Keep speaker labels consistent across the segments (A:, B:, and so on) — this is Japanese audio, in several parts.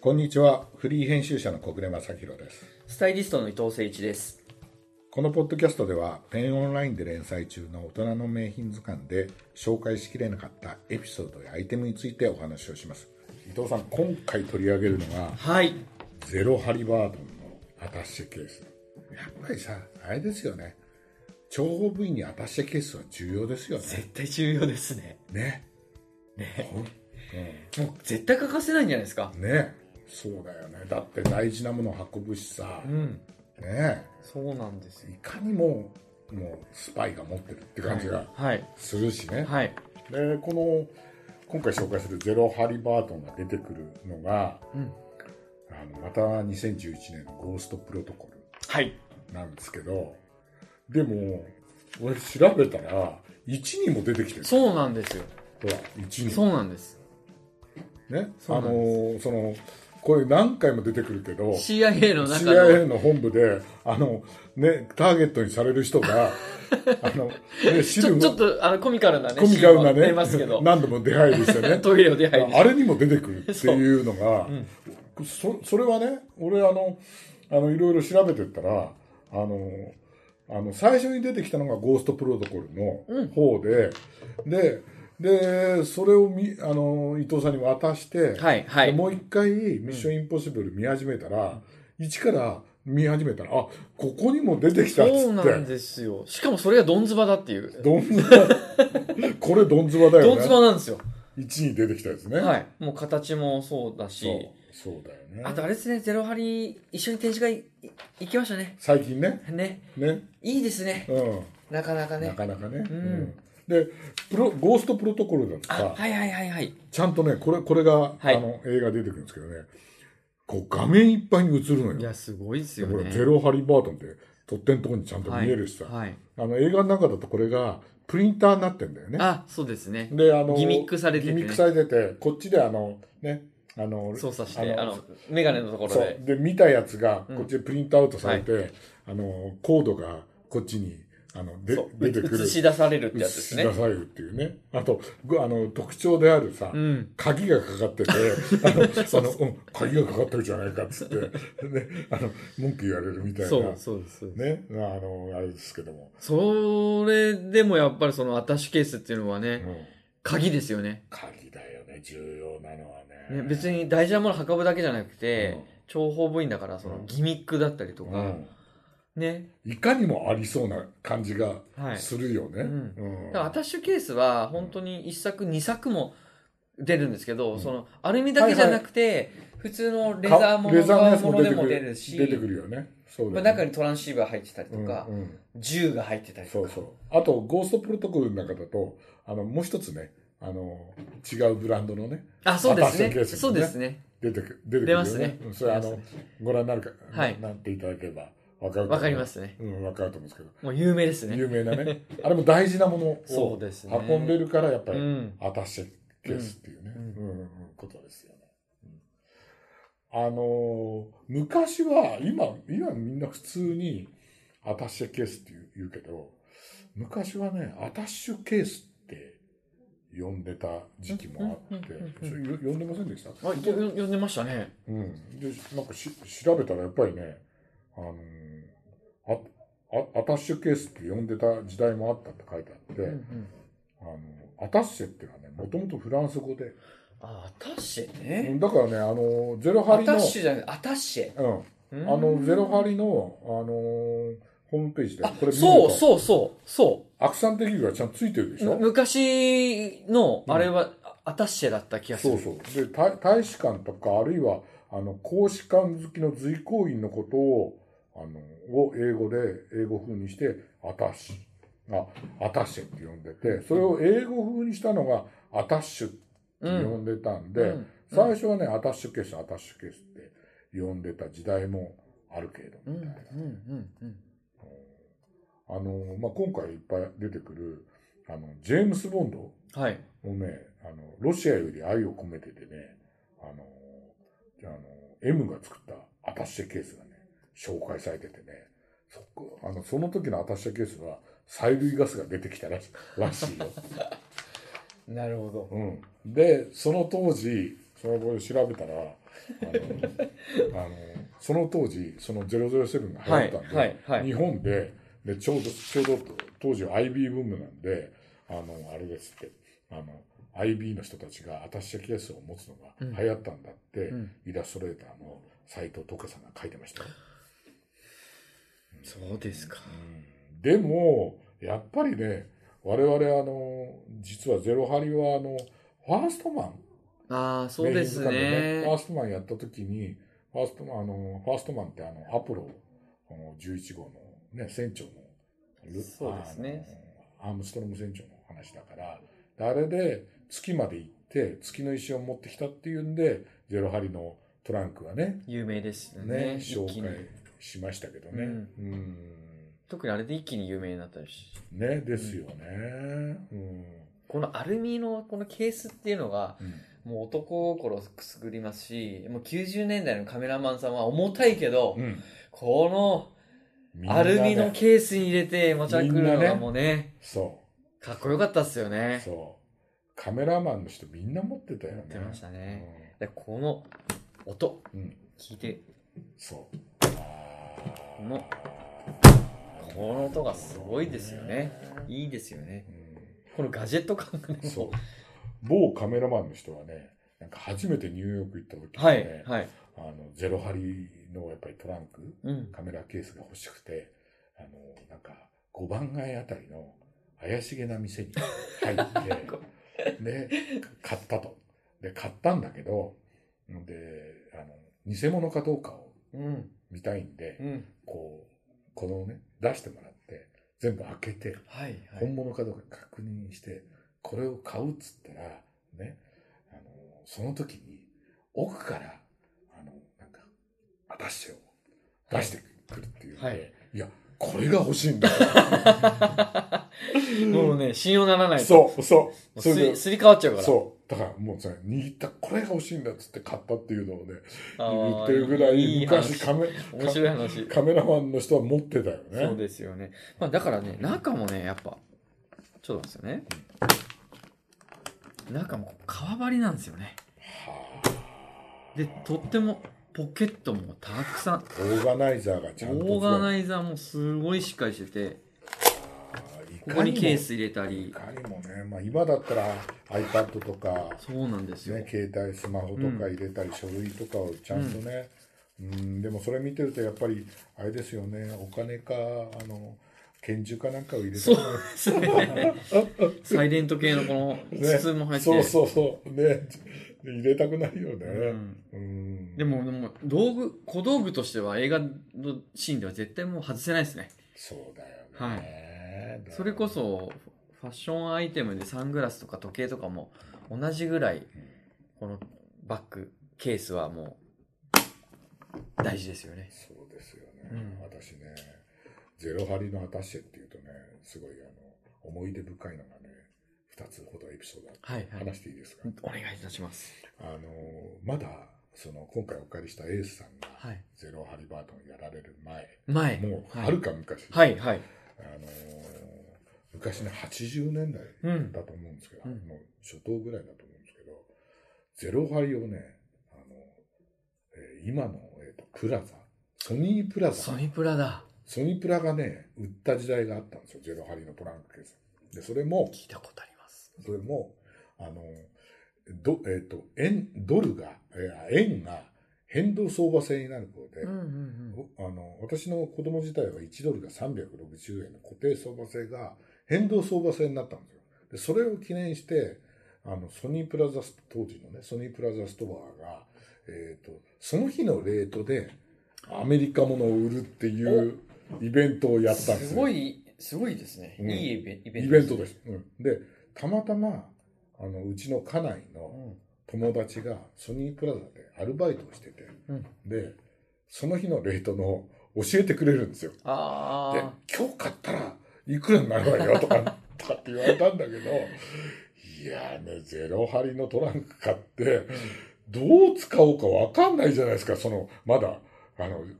A: こんにちはフリー編集者の小暮正弘です
B: スタイリストの伊藤誠一です。
A: このポッドキャストではペンオンラインで連載中の大人の名品図鑑で紹介しきれなかったエピソードやアイテムについてお話をします伊藤さん今回取り上げるのが
B: はい。
A: ゼロハリバードンのアタッシェケースやっぱりさあれですよね長方部位にアタッシェケースは重要ですよね
B: 絶対重要ですね。
A: ね
B: ね。
A: ほん
B: もう絶対欠かせないんじゃないですか。
A: ねそうだよねだって大事なものを運ぶしさ、
B: ん。
A: ね
B: そうなんです
A: い。かにももうスパイが持ってるって感じが
B: はい。
A: するしね、
B: はい。
A: でこの今回紹介するゼロハリバートンが出てくるのが
B: うん。
A: あのまた2011年のゴーストプロトコ
B: はい。
A: ルなんですけどでも俺調べたら1にも出てきてる
B: そうなんですよ。
A: ほら1に
B: そうなんです。
A: ね
B: そう
A: あ
B: な
A: の
B: ん
A: ーそのこれ何回も出てくるけど
B: CIA の中の。
A: CIA の本部であの、ね、ターゲットにされる人 があの、ね、
B: ち
A: 汁
B: ょ、
A: も
B: ちょっと、あの、コミカルなね。
A: コミカルな
B: シーン
A: ね
B: も出ます けど。
A: 何度も出入りしてね
B: トイレ を出入り
A: あれにも出てくるっていうのが
B: う
A: そ,、それはね俺あのあのいろいろ調べてったらあのあの最初に出てきたのが「ゴーストプロトコル」の方で、ででそれをみあの伊藤さんに渡して、
B: はい、は
A: で
B: い。
A: もう一回「ミッションインポッシブル」見始めたら、一から見始めたらあここにも出てきたっつって
B: そうなんですよ。しかもそれがドンズバだっていう。
A: どんずばこれどんずばだよね
B: ドンズバなんですよ。
A: 1に出てきたですね、
B: はい。もう形もそうだ
A: そう
B: し。
A: そうだよね
B: あとあれですね、ゼロハリ、一緒に展示会い行きましたね。
A: 最近ね
B: ね。
A: ね、
B: いいですね。
A: うん
B: なかなか
A: な
B: ね。
A: かなかね、
B: うん
A: でプロゴーストプロトコルだと
B: あ、
A: さ
B: はいはいはいはい。
A: ちゃんとねこれこれが、
B: はい
A: あの映画出てくるんですけどねこう画面いっぱいに映るのよ
B: いや、すごいですよ
A: これ
B: ね。
A: ゼロハリバートンって取っ手のところにちゃんと見えるしさ、
B: はい。
A: あの映画の中だとこれがプリンターになってんだよね
B: あ、そうですね。
A: であの
B: ギミックされててね
A: ギミックされててこっちであのねあの
B: 操作して、あの、メガネのところ
A: そうで
B: で。
A: 見たやつが
B: うん
A: こっちでプリントアウトされて、あのコードがこっちにあので
B: そう
A: 出てくる
B: 映し出されるってやつで
A: し
B: す
A: 出
B: ね。
A: されるっていうねあとぐあの特徴であるさ、
B: うん。
A: 鍵がかかっててあ のあの、うん、鍵がかかってるじゃないかっつって、ね、あの文句言われるみたいな
B: そう、そうです。
A: ねあのあれですけども、
B: それでもやっぱりそのアタッシュケースっていうのは
A: う
B: ね、
A: ん、
B: 鍵ですよね。
A: 鍵だよね重要なのはね
B: ね別に大事なもの運ぶだけじゃなくて
A: うん、
B: 諜報部員だから、そうの
A: ん
B: ギミックだったりと
A: う
B: か、
A: ん、
B: ね。
A: いかにもありそうな感じが
B: はい。
A: するよね、
B: うん
A: うん
B: だからアタッシュケースは本当に1作2作も出るんですけど、
A: うん
B: そのアルミだけじゃなくて、普通のレザーもの
A: レザーのや
B: 革
A: つ
B: も
A: も
B: の
A: 出
B: で
A: てく
B: も
A: る
B: 出るし
A: 出てくるよねそう
B: ま
A: だ
B: あ、
A: よね
B: 中にトランシーバー入ってたりとか、
A: うんうん
B: 銃が入ってたりと
A: そ
B: か
A: うそうあとゴーストプロトコルの中だとあのもう一つねあの違うブランドのね
B: あそうです
A: アタッシュケ
B: ね
A: ースですね
B: そうですね
A: 出てく出てくる
B: 出
A: よ
B: ますね
A: うんそれあ
B: 出
A: の
B: ま
A: ご覧になるか、
B: はい
A: ななっていただければわかる
B: わかりますすね
A: うんわかると思うんですけど、
B: もう有名ですね
A: 有名なねあれも大事なもの
B: そう
A: を
B: ですね
A: 運んでるからやっぱ
B: う
A: り、
B: ん
A: アタッシェケースっていうね、
B: うん
A: うんうんうんことですよね。あのー昔は今今みんな普通にアタッシェケースって言う言うけど昔はねアタッシュケースって呼んでた時期もあって、
B: うん
A: それよ呼んでませんでした、
B: あよよ呼んでましたね
A: うん、でなんかし調べたらやっぱりね、あのーああアタッシュケースって呼んでた時代もあったって書いてあって、
B: うんうん
A: あのアタッシェっていうのはねもともとフランス語で
B: あアタッシェね、
A: だからね、あのゼロハ
B: ア
A: リ
B: タ
A: の
B: ッ、シュじゃなくてアタッシェ
A: うん、
B: うん
A: あのゼロハリのあのーホームページで
B: あ
A: これ見ると、
B: そうそうそうそ
A: アクサンテギがちゃんとついてるでし
B: うむ
A: ょ。
B: 昔のあれは、あアタッシェだった気がす
A: そ
B: る
A: うそう。で大大使館とかあるいはあの公使館好きの随行員のことをあのを英語で英語風にしてアタッシュあアタッシェって呼んでて、それを英語風にしたのがアタッシュって呼んでたんで。
B: うん
A: 最初はね、アタッシュケース、アタッシュケースって呼んでた時代もあるけれど
B: うん
A: も、
B: うんうんうん
A: あの、まあ、今回いっぱい出てくる、あの、ジェームス・ボンド
B: はい。
A: をね、あの、ロシアより愛を込めてでね、あの、あの、M が作ったアタッシェケースがね、紹介されててね、そこ、あの、その時のアタッシェケースは、催涙ガスが出てきたらし らしいよ。
B: なるほど。
A: うん、でその当時その後調べたらあのあのその当時その007が流
B: は
A: 行っ
B: い
A: たんで、
B: はいはい
A: 日本ででちょうどちょうど当時は IB ブームなんであのあれですってあの IB の人たちがアタッシェケースを持つの
B: うん
A: が流行ったんだって、
B: うん
A: イラストレーターの斎藤徳さんが書いてましたよ、
B: そうですか
A: うんでもやっぱりね我々あの実は「ゼロハリ」はあのファーストマン
B: ああそうです
A: メイン図鑑
B: ね
A: でファーストマンやった時に、ファーストマン、あの、ファーストマンってあの、アポロあの11号のね、船長の、ル
B: そうですね。
A: あのアームストロム船長の話だから、であれで月まで行って、月の石を持ってきたっていうんで、ゼロハリのトランクはね、
B: 有名ですよ
A: ね
B: ね、
A: 紹
B: 一気に
A: 介しましたけどね。
B: う
A: うん
B: ん。特にあれで一気に有名になったし
A: ね、ですよね。うん。
B: このアルミのこのケースっていうのが
A: うん
B: もう男心をくすぐりますしもう90年代のカメラマンさんは重たいけど、
A: うん
B: この
A: みんな
B: ア
A: ね
B: ルミのケースに入れて持ち運ぶ
A: み
B: の
A: んなね
B: がもうね
A: そう。
B: かっこよかったっすよね
A: そう。カメラマンの人みんな持ってたよね。
B: 持ってましたねでこの音
A: うん。うん。
B: 聞いて
A: そう。
B: このこの音がすごいですよねいいですよね
A: う
B: このガジェット感がね
A: ん。そう
B: も。
A: 某カメラマンの人はね、なんか初めてニューヨーク行った時
B: う
A: に
B: はい
A: ね、
B: はい
A: あの、ゼロハリのやっぱりトランク、
B: うん
A: カメラケースが欲しくて、あの、なんか、5番街あたりの怪しげな店に入って、で、買ったと。で、買ったんだけど、で、あの、偽物かどうかを
B: うん
A: 見たいんで、
B: うん
A: こう、このね、出してもらって、全部開けて、
B: はいはい
A: 本物かどうか確認して、これを買うっつったら、ね、あの、その時に、奥から、あの、なんか、アタッシェを出してくるっていうので、
B: はいい、
A: や、これが欲しいんだ。
B: もうね信用ならないと
A: そう、そ
B: も
A: う。
B: う
A: そ
B: す
A: れ
B: り
A: です
B: り替わっちゃうから
A: そう。だからもうさ、握った、これが欲しいんだっつって買ったっていうのをね、
B: あー
A: 言ってるぐらい、昔
B: 話
A: カメ
B: 面白い話
A: カメラマンの人は持ってたよね。
B: そうですよね、まあ、だからね中もねやっぱちょっと待ってくださいね中もこう革張りなんですよね
A: はあ
B: でとってもポケットもたくさん
A: オーガナイザーがちゃんと
B: オーガ
A: イ
B: ナイザーもすごいしっかりしてて
A: ザ
B: ここにケース入れたり
A: いかにもね、まあ、今だったら iPad とか、
B: そうなんですよ、
A: ね、携帯スマホとか入れたり、書類とかをちゃんとね、うん、でもそれ見てるとやっぱりあれですよねお金かあの拳銃かなんかを入れて
B: そうです ねサイレント系のこの
A: ね、
B: 筒も入って、
A: そうそうそうね入れたくないよね、
B: うん
A: うん
B: でもでも道具小道具としては映画のシーンでは絶対もう外せないですね
A: そうだよね、
B: はい
A: だ
B: それこそファッションアイテムでサングラスとか時計とかも同じぐらいこのバッグケースはもう大事ですよね
A: そうですよね、
B: うん
A: 私ねゼロハリのアタッシェっていうとねすごいあの思い出深いのがね2つほどエピソードあって
B: はいはい
A: 話していいですか、
B: お願いいたします
A: あのまだその今回お借りしたエースさんが
B: はい
A: ゼロハリバートンやられる前、
B: 前
A: もう
B: は
A: はる
B: い
A: か昔、
B: はいはい
A: あの昔ね80年代
B: うん
A: だと思うんですけど、
B: うん
A: もう初頭ぐらいだと思うんですけどゼロハリをねあの、えー今の、えーとプラザソニープラザ
B: ソニプラだ
A: ソニプラがね、売った時代があったんですよ。ゼロハリのトランクケース。で、それも、
B: 聞いたことあります
A: それも、あの、ど、えっ、と、円、ドルが、えー円が変動相場制になることで、
B: うんうん
A: おあの、私の子供自体は1ドルが360円の固定相場制が変動相場制になったんですよ。で、それを記念して、あの、ソニープラザス、当時のね、ソニープラザストアが、えっ、と、その日のレートで、アメリカものを売るっていうイベントをや
B: う
A: っ
B: ん
A: たんですよ。
B: すごいすごいですね、
A: うん
B: いいイベイベン
A: イ
B: ト
A: ベントです。うん、で、たまたま、あの、うちの家内
B: う
A: の
B: ん
A: 友達がソニープラザでアルバイトをしてて、
B: うん
A: で、その日のレートの教えてくれるんですよ。で、
B: あ
A: 今日買ったらいくらになるわよとか、とかって言われたんだけど、いやーね、ゼロハリのトランク買って、どう使おうかわかんないじゃないですか、その、まだ、あのね、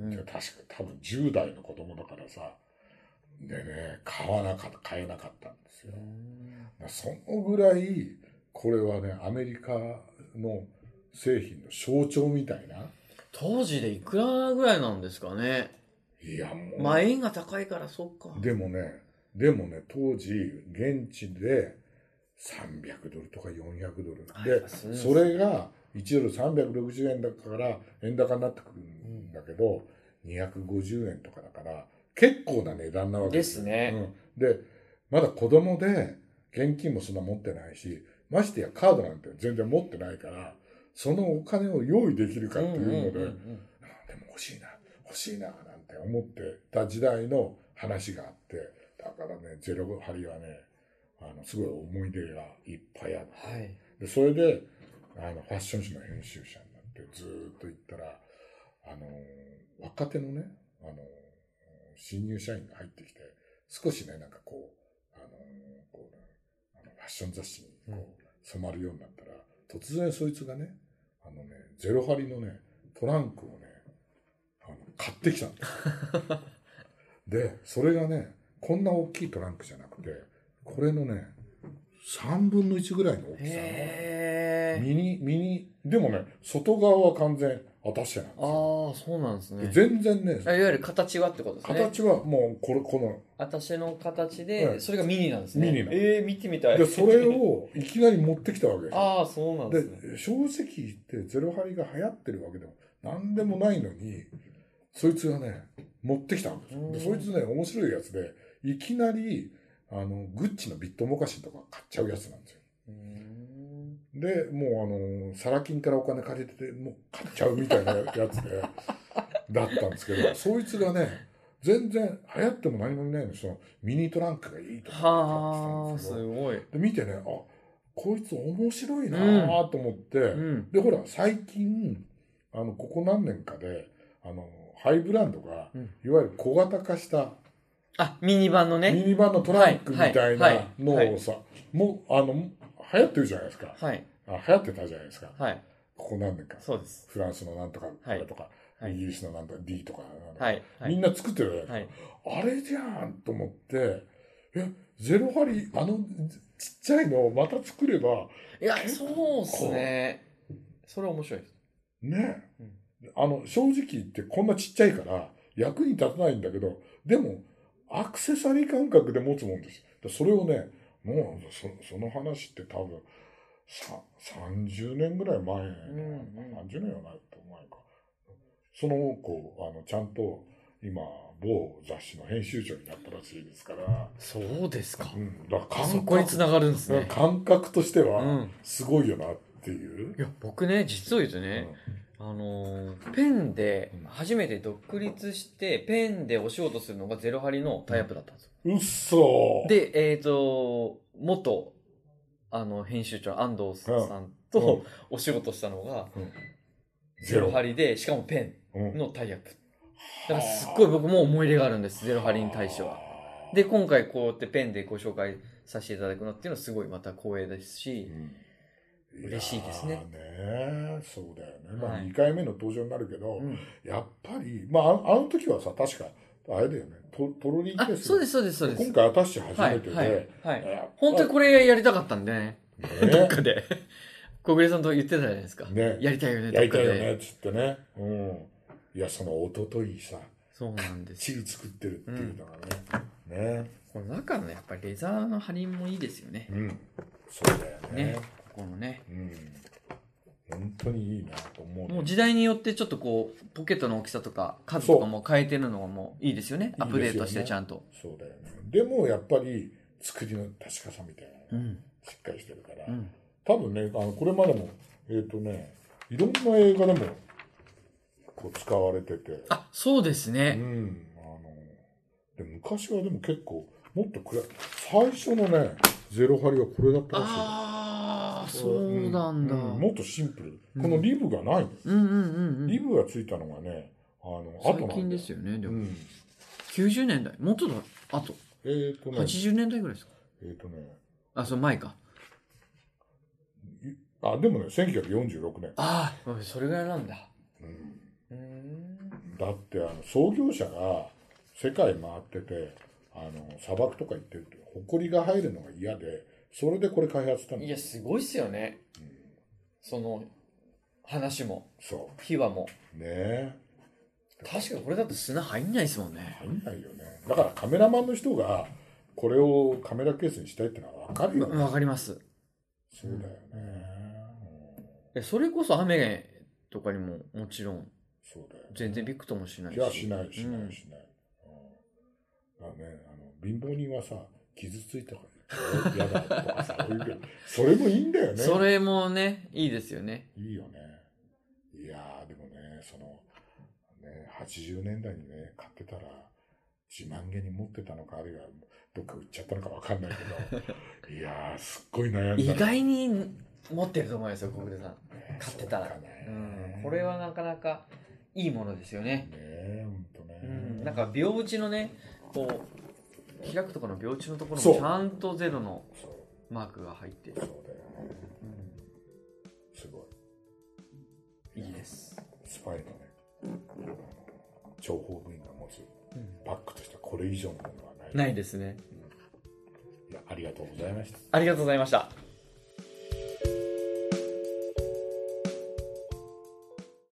B: うん
A: 確か多分10代の子供だからさ、でね、買わなかった、買えなかったんですよ
B: あ。うん
A: そのぐらい、これはね、アメリカの製品の象徴みたいな。
B: 当時でいくらぐらいなんですかね。
A: いや、もう。
B: まあ、円が高いから、そっか。
A: でもね、でもね、当時、現地で300ドルとか400ドル
B: あや
A: で
B: っぱするん、ですね
A: それが1ドル360円だから円高になってくるんだけど、250円とかだから、結構な値段なわけよ
B: ですね。
A: うん、で、まだ子供で、現金もそんな持ってないし、ましてやカードなんて全然持ってないから、そのお金を用意できるかっていうので、
B: うんうんうん
A: でも欲しいな欲しいななんて思ってた時代の話があってだからねゼロハリはねあのすごい思い出がいっぱいあって、
B: はい。
A: でそれであのファッション誌の編集者になってずーっと行ったらあの若手のねあの新入社員が入ってきて少しねなんかこうあのこうねあのファッション雑誌にこう染まるようになったら、突然そいつがねあのねゼロハリのねトランクをねあの買ってきたんですよでそれがねこんな大きいトランクじゃなくてこれのね3分の1ぐらいの大きさの
B: へえ。
A: ミニ、ミニ、でもね、外側は完全アタッシェなんです
B: ああ
A: よ。、
B: そうなんですね。
A: 全然ね
B: あいわ、ゆる形はってことですね。
A: 形はもうこれ、この、
B: 私の形で、
A: はい
B: それがミニなんですね。
A: ミニなん
B: ええー、見てみたい。
A: で、それをいきなり持ってきたわけですよ。
B: ああ、そうなんですね。
A: で、正直言って、ゼロハリが流行ってるわけでも何でもないのに、そいつがね、持ってきたんですよ。で、そ
B: うん
A: いつね、面白いやつで、いきなり、あの、グッチのビットモカシンとか買っちゃうやつなんですよ。
B: うーん
A: で、もうあの、サラ金からお金借りてて、もう買っちゃうみたいなやつで、 だったんですけど、そいつがね、全然流行っても何もないのに、そのミニトランクがいいとか
B: は
A: って言ってたんですけ
B: あ、す
A: ど、
B: ごい。
A: で見てね、あ、こいつ面白いなぁと思って、
B: うん。
A: で、ほら、最近、あの、ここ何年かで、あの、ハイブランドが、
B: うん
A: いわゆる小型化した
B: あ、ミニ版の
A: ミ
B: ね。
A: ニバンのトランクみたい
B: はい
A: なのをさ、もう、あの、流行ってるじゃないですか。
B: はい。
A: あ流行ってたじゃないですか。
B: はい。
A: ここ何年か。
B: そうです。
A: フランスのなんとかこれとか、
B: はい
A: イギリスのなんとか D とか、あの
B: はい。はい
A: みんな作ってるじゃないですか
B: はい。
A: あれじゃんと思って、え、ゼロハリ、あのちっちゃいのをまた作れば、
B: いや、そうっすね。それ面白いです。
A: ね、あの、正直言ってこんなちっちゃいから役に立たないんだけど、でも、アクセサリー感覚で持つもんですよ。でそれをね、もうそ、その話って多分、さ30年ぐらい前の、
B: んうん
A: 30年はないと前か。その子、あの、ちゃんと今、某雑誌の編集長になったらしいですから、
B: そうですか
A: うん、だから
B: そ
A: 感
B: こに
A: 覚、
B: 繋がるんです
A: だから
B: ね。
A: 感覚として
B: う
A: は、
B: ん。
A: すごいよなっていう。
B: いや、僕ね、実を言うとね、あのーペンで
A: うん
B: 初めて独立して、ペンでお仕事するのがゼロハリのタイアップだったんですよ。
A: うんうっそー
B: で、えっ、と、元、あの、編集長、安藤さんとお仕事したのが、ゼロハリで、しかもペ
A: うん
B: ンのタイアップ。だからすっごい僕も思い入れがあるんです、ゼロハリに対しては。。で、今回こうやってペンでご紹介させていただくのっていうのはすごいまた光栄ですし、
A: うん
B: 嬉しいですね
A: やーねそうだよね。ま
B: は
A: あ
B: い
A: 2回目の登場になるけど、
B: うん
A: やっぱり、まああのあの時はさ、確か、あれだよね、トトロリー
B: あ
A: ケ、ース。
B: そうです、そうです、そうです
A: 今。回私初
B: は
A: め
B: い、
A: てで、
B: はい、はい。
A: やっぱ
B: 本当にこれやりたかったんでね、どっ
A: ね
B: かで。小暮さんと言ってたじゃないですか。
A: ね
B: やりたいよね、ど
A: や
B: っ
A: り
B: か
A: たいよ
B: で。
A: ね、つってね。うん。いや、その一昨日さ、
B: そうなんです
A: チ
B: よ。
A: リ作ってるっていうのがね、ね。
B: この中のやっぱりレザーの張りもいいですよね。
A: うん。そうだよね。
B: ねこのね。
A: うん。本当にいいなと思うね、
B: もう時代によってちょっとこう、ポケットの大きさとか、数とかも変えてるのがもういいですよね。アップデートしてちゃんと。
A: そうだよね。でもやっぱり作りの確かさみたいなのが
B: うん
A: しっかりしてるから、
B: うん。
A: 多分ね、あのこれまでも、えっ、とね、いろんな映画でもこう使われてて、
B: あ、そうです
A: う
B: ね。
A: ん、あので昔はでも結構、もっと暗い、最初のね、ゼロハリはこれだったらしい。
B: ああ、そうなんだ。
A: う
B: うん
A: もっとシンプル。このリブがないの、
B: うんうんうん
A: リ。ブがついたのがね、あの、後なんだ
B: 最近ですよね。で
A: う
B: も、
A: ん。
B: 90年代。もうちょっと後。
A: えっ、とね、
B: 80年代ぐらいですか。
A: えっ、とね、
B: あ、その前か。
A: あ、でもね、1946年。
B: ああ、それぐらいなんだ。
A: うん
B: うーん。
A: だってあの創業者が世界回っててあの砂漠とか行ってると埃が入るのが嫌でそれでこれ開発したん
B: い
A: です
B: や、すごいっすよね。その、話も、
A: そ
B: 秘話も。
A: うねえ
B: 確かにこれだと砂入んないですもんね。
A: 入んないよねだからカメラマンの人がこれをカメラケースにしたいってのは分かるよね、
B: わかります。
A: そうだよね、うん
B: えそれこそ雨とかにももちろん
A: そうだよね
B: 全然びくともしない
A: いやしないしないしない、うんだからねあの貧乏人はさ傷ついたから嫌だとかさそういうけどそれもいいんだよ
B: うん
A: ね
B: それもね、いいですよね。
A: いいよねいやーでもねそのね80年代にね買ってたら自慢げに持ってたのかあるいはどっか売っちゃったのかわかんないけど いやーすっごい悩んだ
B: 意外に持ってると思いますよ、小暮さん。
A: ね
B: 買ってたら
A: そうかね
B: うん、これはなかなかいいものですよ
A: ね
B: ね。
A: えほんとね、
B: うん、なんか秒打ちのね、こう、開くところの秒打ちのところ
A: そ
B: も
A: う
B: ちゃんとゼロの
A: そう
B: マークが入って
A: そ
B: る。
A: うだよねすごい
B: いいです。
A: スパイのね、あの諜報部員が持つ
B: うん
A: バックとしてはこれ以上のものはない。
B: ないですね。
A: いやありがとうございました。
B: ありがとうございました。